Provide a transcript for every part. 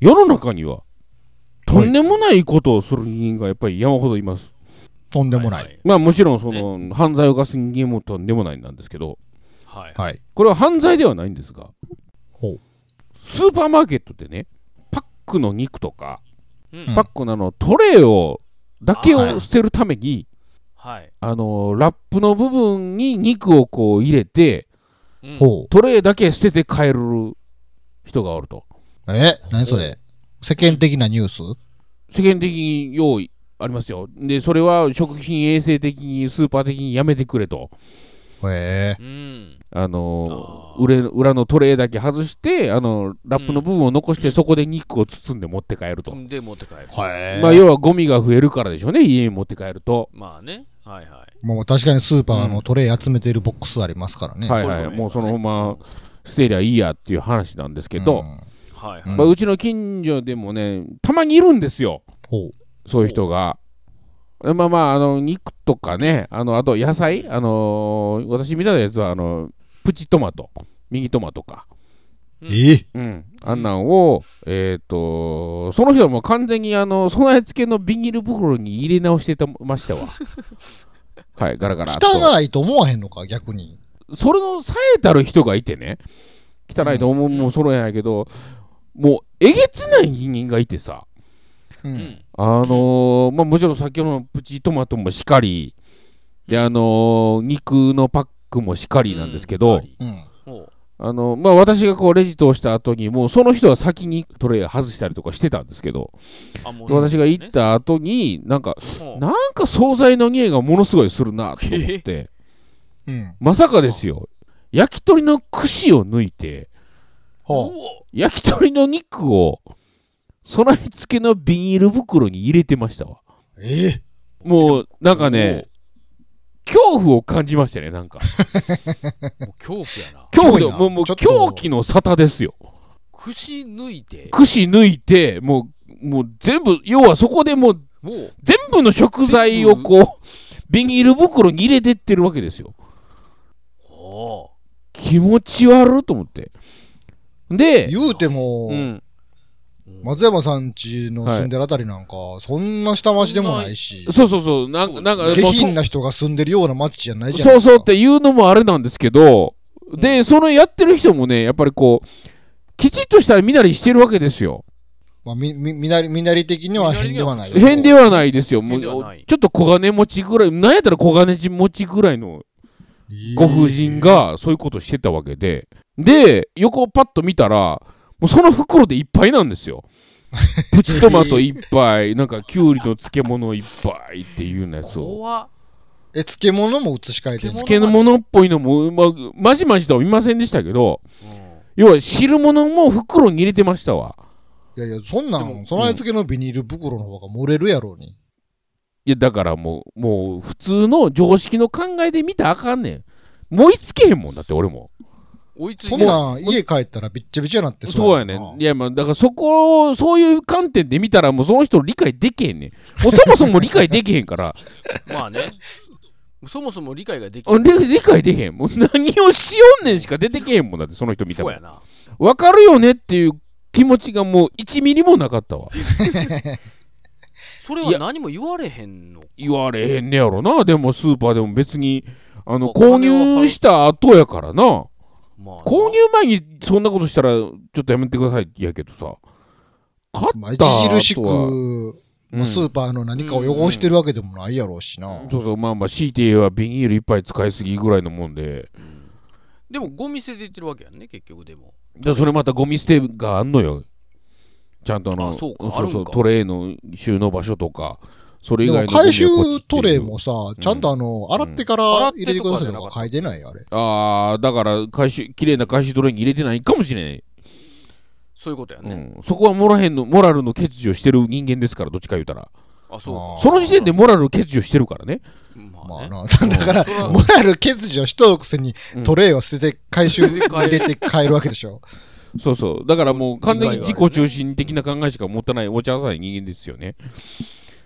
世の中には、とんでもないことをする人間がやっぱり山ほどいます。とんでもない。い。まあもちろんその、犯罪を犯す人間もとんでもないなんですけど、はい。はい。これは犯罪ではないんですがほう、スーパーマーケットでね、パックの肉とか、うんパックのあのトレイを、だけあはをい捨てるために、はい。あの、ラップの部分に肉をこう入れて、うんほトレイだけ捨てて帰る人がおると。う。え何それ世間的なニュース世間的に用意ありますよ。で、それは食品衛生的に、スーパー的にやめてくれと。へえ。うん。あのあー、裏裏のトレイだけ外して、あの、ラップの部分を残して、そこで肉を包んで持って帰ると飛。んで持って帰る。へまあ、要はゴミが増えるからでしょうね、家に持って帰ると。まあね。はいはもう確かにスーパーのトレイ集めてるボックスありますからね。はいこれはもい、ねもうそのまま捨てりゃいいやっていう話なんですけど、うんい。はいはうい。んまあ、うちの近所でもね、たまにいるんですよ、ほう。そういう人が。まあまあ、あの肉とかね、あのあと野菜、あのー私見たやつはあのプチトマト、ミニトマトか、うんえうん、あんなんを、えっ、と、その人はもう完全にあの備え付けのビニール袋に入れ直してたましたわ。はい、ガラガラっと。汚いと思わへんのか、逆に。それのさえたる人がいてね、汚いと思う、もうそろやんやけど、もうえげつない人間がいてさ、う。うんん。あのーまあ、もちろん先ほどのプチトマトもしかり、で、あのー肉のパックもしかりなんですけど、はいうん。ほあのまあ、私がこうレジ通した後に、もうその人は先にトレイ外したりとかしてたんですけど、うあ、もう。私が行った後に、なんか、ほうなんか惣菜の匂いがものすごいするなと思 って、うん。まさかですよ、焼き鳥の串を抜いて、ほう。う焼き鳥の肉を備え付けのビニール袋に入れてましたわええ。もうなんかね恐怖を感じましたねなん かおもう恐怖やな。恐怖すでごいなもうもうちょっと狂気の沙汰ですよ串抜いて、串抜いてもうもう全部要はそこでもうもう、全部の食材をこうビニール袋に入れてってるわけですよほう。気持ち悪いと思ってで言うても、うん、松山さんちの住んでるあたりなんか、そんな下町でもないし、そうそうそうなんかなんかも下うそ品な人が住んでるような町じゃないじゃそないうですか。そうっていうのもあれなんですけど、で、そのやってる人もね、やっぱりこう、きちっとした身なりしてるわけですよ。まあ、み、み、みなり、みなり的には変ではない。変ではないですよ。も変う、でちはょないっと小金持ちぐらい、なんやったら小金持ちぐらいのご婦人がそういうことしてたわけで、で、横をパッと見たら、もうその袋でいっぱいなんですよ。プチトマトいっぱい、なんかきゅうりの漬物いっぱいっていうようなやつを。怖っ。え、漬物も移し替えてる漬漬物っぽいのも、ま、まじまじとは見ませんでしたけど、要は汁物も袋に入れてましたわ。いやいや、そんなでん、もその付けのビニール袋の方が漏れるやろうに。いや、だからもう、もう普通の常識の考えで見たらあかんねん。燃えつけへんもんだって俺も。追いついそんてない。なん、家帰ったらびっちゃびちゃになってそうやねんん。いや、まあ、だからそこを、そういう観点で見たらもうその人理解できへんねん。もうそもそも理解できへんから、 まあね。そもそも理解ができあない。理理解できへん。もう何をしよんねんしか出てけへんもんだって、その人見たそうらや。な。わかるよねっていう気持ちがもう1ミリもなかったわ。それいはや何も言われへんの。言われへんねやろな。でもスーパーでも別に、あの、お金購は払う入した後やからな。まあな。購入前にそんなことしたらちょっとやめてくださいってやけどさ買まあ、った後は、著しく、まうんあ、スーパーの何かを汚してるわけでもないやろうしな。そうそうまあまあ強いて言えばビニールいっぱい使いすぎぐらいのもんででも、ゴミ捨てて言ってるわけやんね、結局でも。でそれまたゴミ捨てがあんのよちゃんとあのあそうかそうあるんかトレイの収納場所とかそれ以でも外のゴミは回収こっちっていうトレイもさ、ちゃんとあの、洗ってから洗って入れてくださいとかとじゃなかかった書いてない、あれ。ああだから回収綺麗な回収トレイに入れてないかもしれない、そういうことやんね。うん、そこはモラヘンのモラルの欠如してる人間ですからどっちか言うたらあ、そうあか。ーその時点でモラルの欠如してるからねまあまあね。な、 だからそれ、はモラル欠如しとるくせにうんトレイを捨てて回収捨てて帰入るれて帰るわけでしょ。そうそう。だからもう完全に自理解があ己るよね中心的な考えしか持たない、持ち合わさない人間ですよね。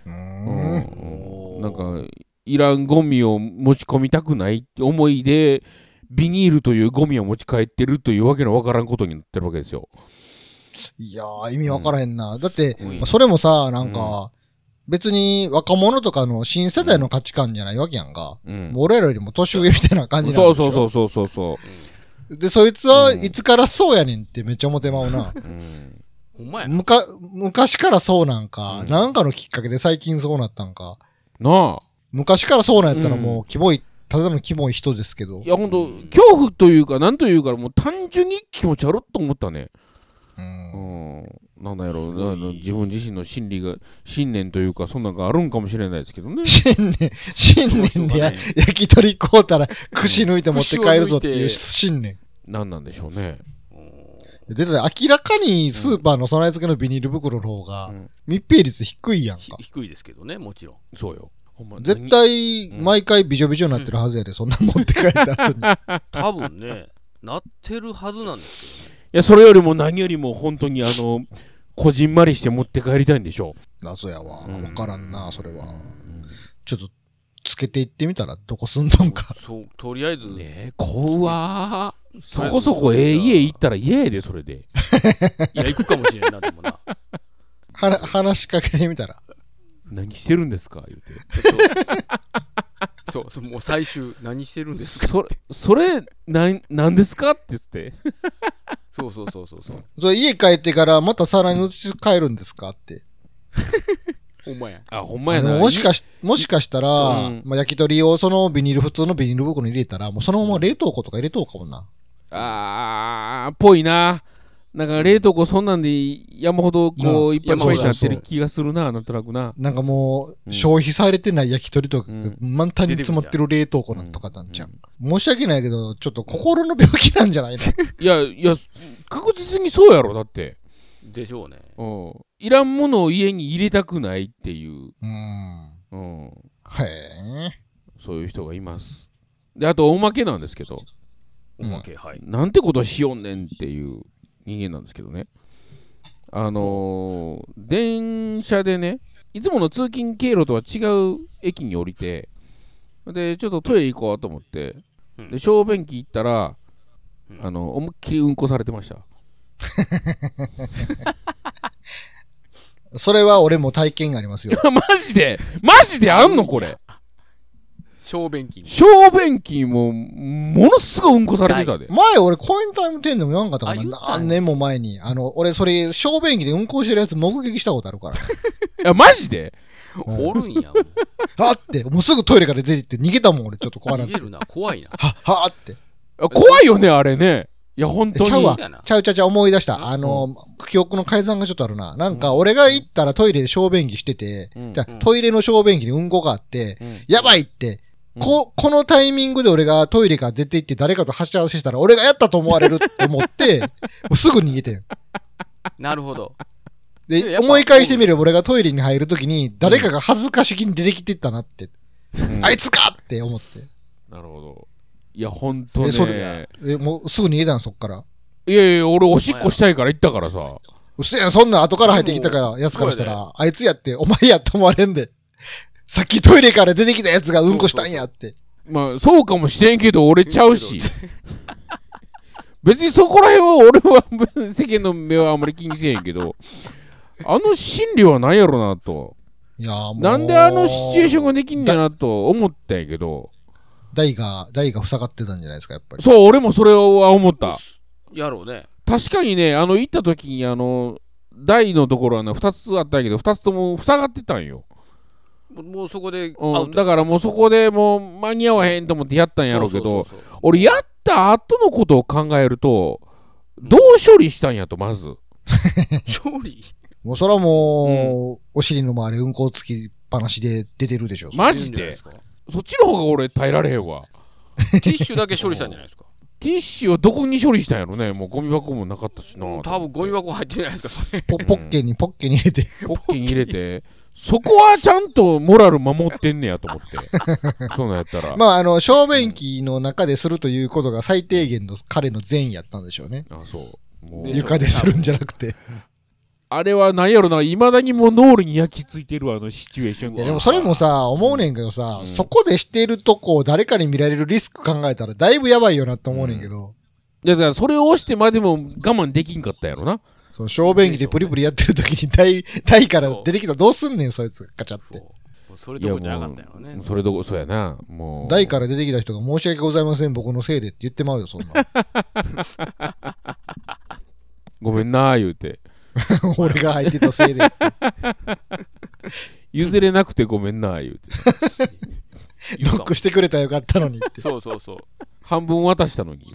うー。うんん。おーなんか、いらんゴミを持ち込みたくないって思いで、ビニールというゴミを持ち帰ってるというわけのわからんことになってるわけですよ。いやー、意味わからへんな。だって、うんまあそれもさ、なんか、別に若者とかの新世代の価値観じゃないわけやんか。うんもう俺らよりも年上みたいな感じなんそうでしそょうそうそうそうそで、そいつはうんいつからそうやねんってめっちゃ思ってま うな。う、うんほんまやな。むか、昔からそうなんか、うんなんかのきっかけで最近そうなったんか。なあ昔からそうなんやったらうもう、キモい、ただのキモい人ですけどい。やほんと恐怖というかなんというかもう単純に気持ち悪っと思ったねうんうんなんだやろうあの自分自身の心理が信念というかそんなんがあるんかもしれないですけどね新 年、新年でや焼き鳥買うたら串抜いて持って帰るぞっ串てを抜いいうて信念。何なんでしょうねで、だって明らかにスーパーの備え付けのビニール袋の方うがん密閉率低いやんひか。低いですけどね、もちろん。そうよほんま絶対、毎回ビジョビジョになってるはずやで、そんな持って帰った後に。多分ね、 なってるはずなんですけいや、それよりも何よりも本当にあの、こじんまりして持って帰りたいんでしょ謎やわ。 うんわからんな、それは。ちょっと、つけていってみたらどこ住んどんかど。。そう、とりあえず、う。ねえ、怖そこそこええ家行ったら嫌やで、それ で。いや、行くかもしれんな、でもな。はな話しかけてみたら。何してるんですか言うて。そう、そう、もう最終、何してるんですかそれ、それ、なん、なんですかって言って。そうそうそうそうそう。それ家帰ってからまた皿に移し替えるんですかって。ほんまや。あ、ほんまやな。でももしかし、もしかしたらそううん、まあ、焼き鳥をそのビニール、普通のビニール袋に入れたら、もうそのまま冷凍庫とか入れとうかもな。あー、ぽいな。なんか冷凍庫そんなんで山ほどこううんいっぱいいっぱいになってそうそうそるう気がするな、なんとなくな。なんかもうう、ん消費されてない焼き鳥とか、うん満タンに詰まってる冷凍庫なんとかなんじゃん。申し訳ないけど、ちょっと心の病気なんじゃないいのや、いや、確実にそうやろ、だって。でしょうね。うん。いらんものを家に入れたくないっていう。うーん。うん。へえ。そういう人がいます。で、あと、おまけなんですけど、おまけ、はい。なんてことしよんねんっていう人間なんですけどね。あのー電車でね、いつもの通勤経路とは違う駅に降りて、で、ちょっとトイレ行こうと思って、うんで、小便器行ったらう、んあの、思いっきりうんこされてました。 それは俺も体験があ りますよ。マジでマジであんのこれ。小便器に。小便器も、ものすごいうんこされてたで。前俺コインタイム10でも言わんかったかあな。言ったんや何年も前に。あの、俺それ、小便器で運行してるやつ目撃したことあるから。いや、マジでおるんや。もうはーって、もうすぐトイレから出て行って逃げたもん、俺、ちょっと怖なっ逃て。げるな、怖いな。は、はーって。怖いよね、あれね。いや、本当ちゃうにわ。そうやなちゃうちゃうちゃう、思い出した。あの、記憶の改ざんがちょっとあるな。なんか、俺が行ったらトイレで小便器してて、うんじゃあうんトイレの小便器にうんこがあって、うんやばいって、こ、このタイミングで俺がトイレから出て行って誰かと鉢合わせしたら俺がやったと思われるって思 って、もうすぐ逃げてん。なるほど。いやで、やっぱ思い返してみれば俺がトイレに入るときに誰かが恥ずかしげに出てきてったなって、うんあいつかって思って。なるほど。いや、ほんとえそうでね。え、もうすぐ逃げたん、そっから。いやいや、俺、おしっこしたいから行ったからさ。うっせえな、そんなん後から入ってきたから、やつからしたそうら、あいつやって、お前やって思われんで。 さっきトイレから出てきたやつがうんこしたんやって。まあ、そうかもしれんけど、俺ちゃうし。別にそこら辺は俺は世間の目はあんまり気にせえへんけど、あの心理は何やろなと。いやーもう。なんであのシチュエーションができんだなと思ったんやけど、台が、台が塞がってたんじゃないですか、やっぱり。そう、俺もそれは思った。やろうね。確かにね、あの、行った時に、あの、台のところはね、2つあったんやけど、2つとも塞がってたんよ。もうもうそこでアうウん、トだからもうそこでもう間に合わへんと思ってやったんやろうけどそうそうそうそう俺やった後のことを考えるとどう処理したんやとまず勝利もうそれはもう、お尻の周りうんこつきっぱなしで出てるでしょ。マジいいんじゃないですかそっちの方が俺耐えられへんわティッシュだけ処理したんじゃないですかティッシュをどこに処理したんやろねもうゴミ箱もなかったしな多分ゴミ箱入ってるんじゃないですかそれポポッケに、ポッケに入れて。ポッケに入れてそこはちゃんとモラル守ってんねやと思って そうなんやったら、まあ、あの、小便器の中でするということが最低限の彼の善意やったんでしょうね。あそうもうでしょう床でするんじゃなくて。あれは何やろないまだにもう脳裏に焼き付いてるわあのシチュエーションいがやでもそれもさ、思うねんけどさ、うんそこでしてるとこを誰かに見られるリスク考えたらだいぶやばいよなって思うねんけど、いやだからそれを押してまでも我慢できんかったやろな。その小便器でプリプリやってる時に台、台から出てきたらどうすんねん、そいつ。ガチャっそうて。もうそれどころじゃなかったよねそれどこ、そうやな。もう。台から出てきた人が申し訳ございません、僕のせいでって言ってまうよ、そんな。ごめんな、言うて。俺が入ってたせいで。譲れなくてごめんな、言うて。ロックしてくれたらよかったのにって。そうそうそう半分渡したのに。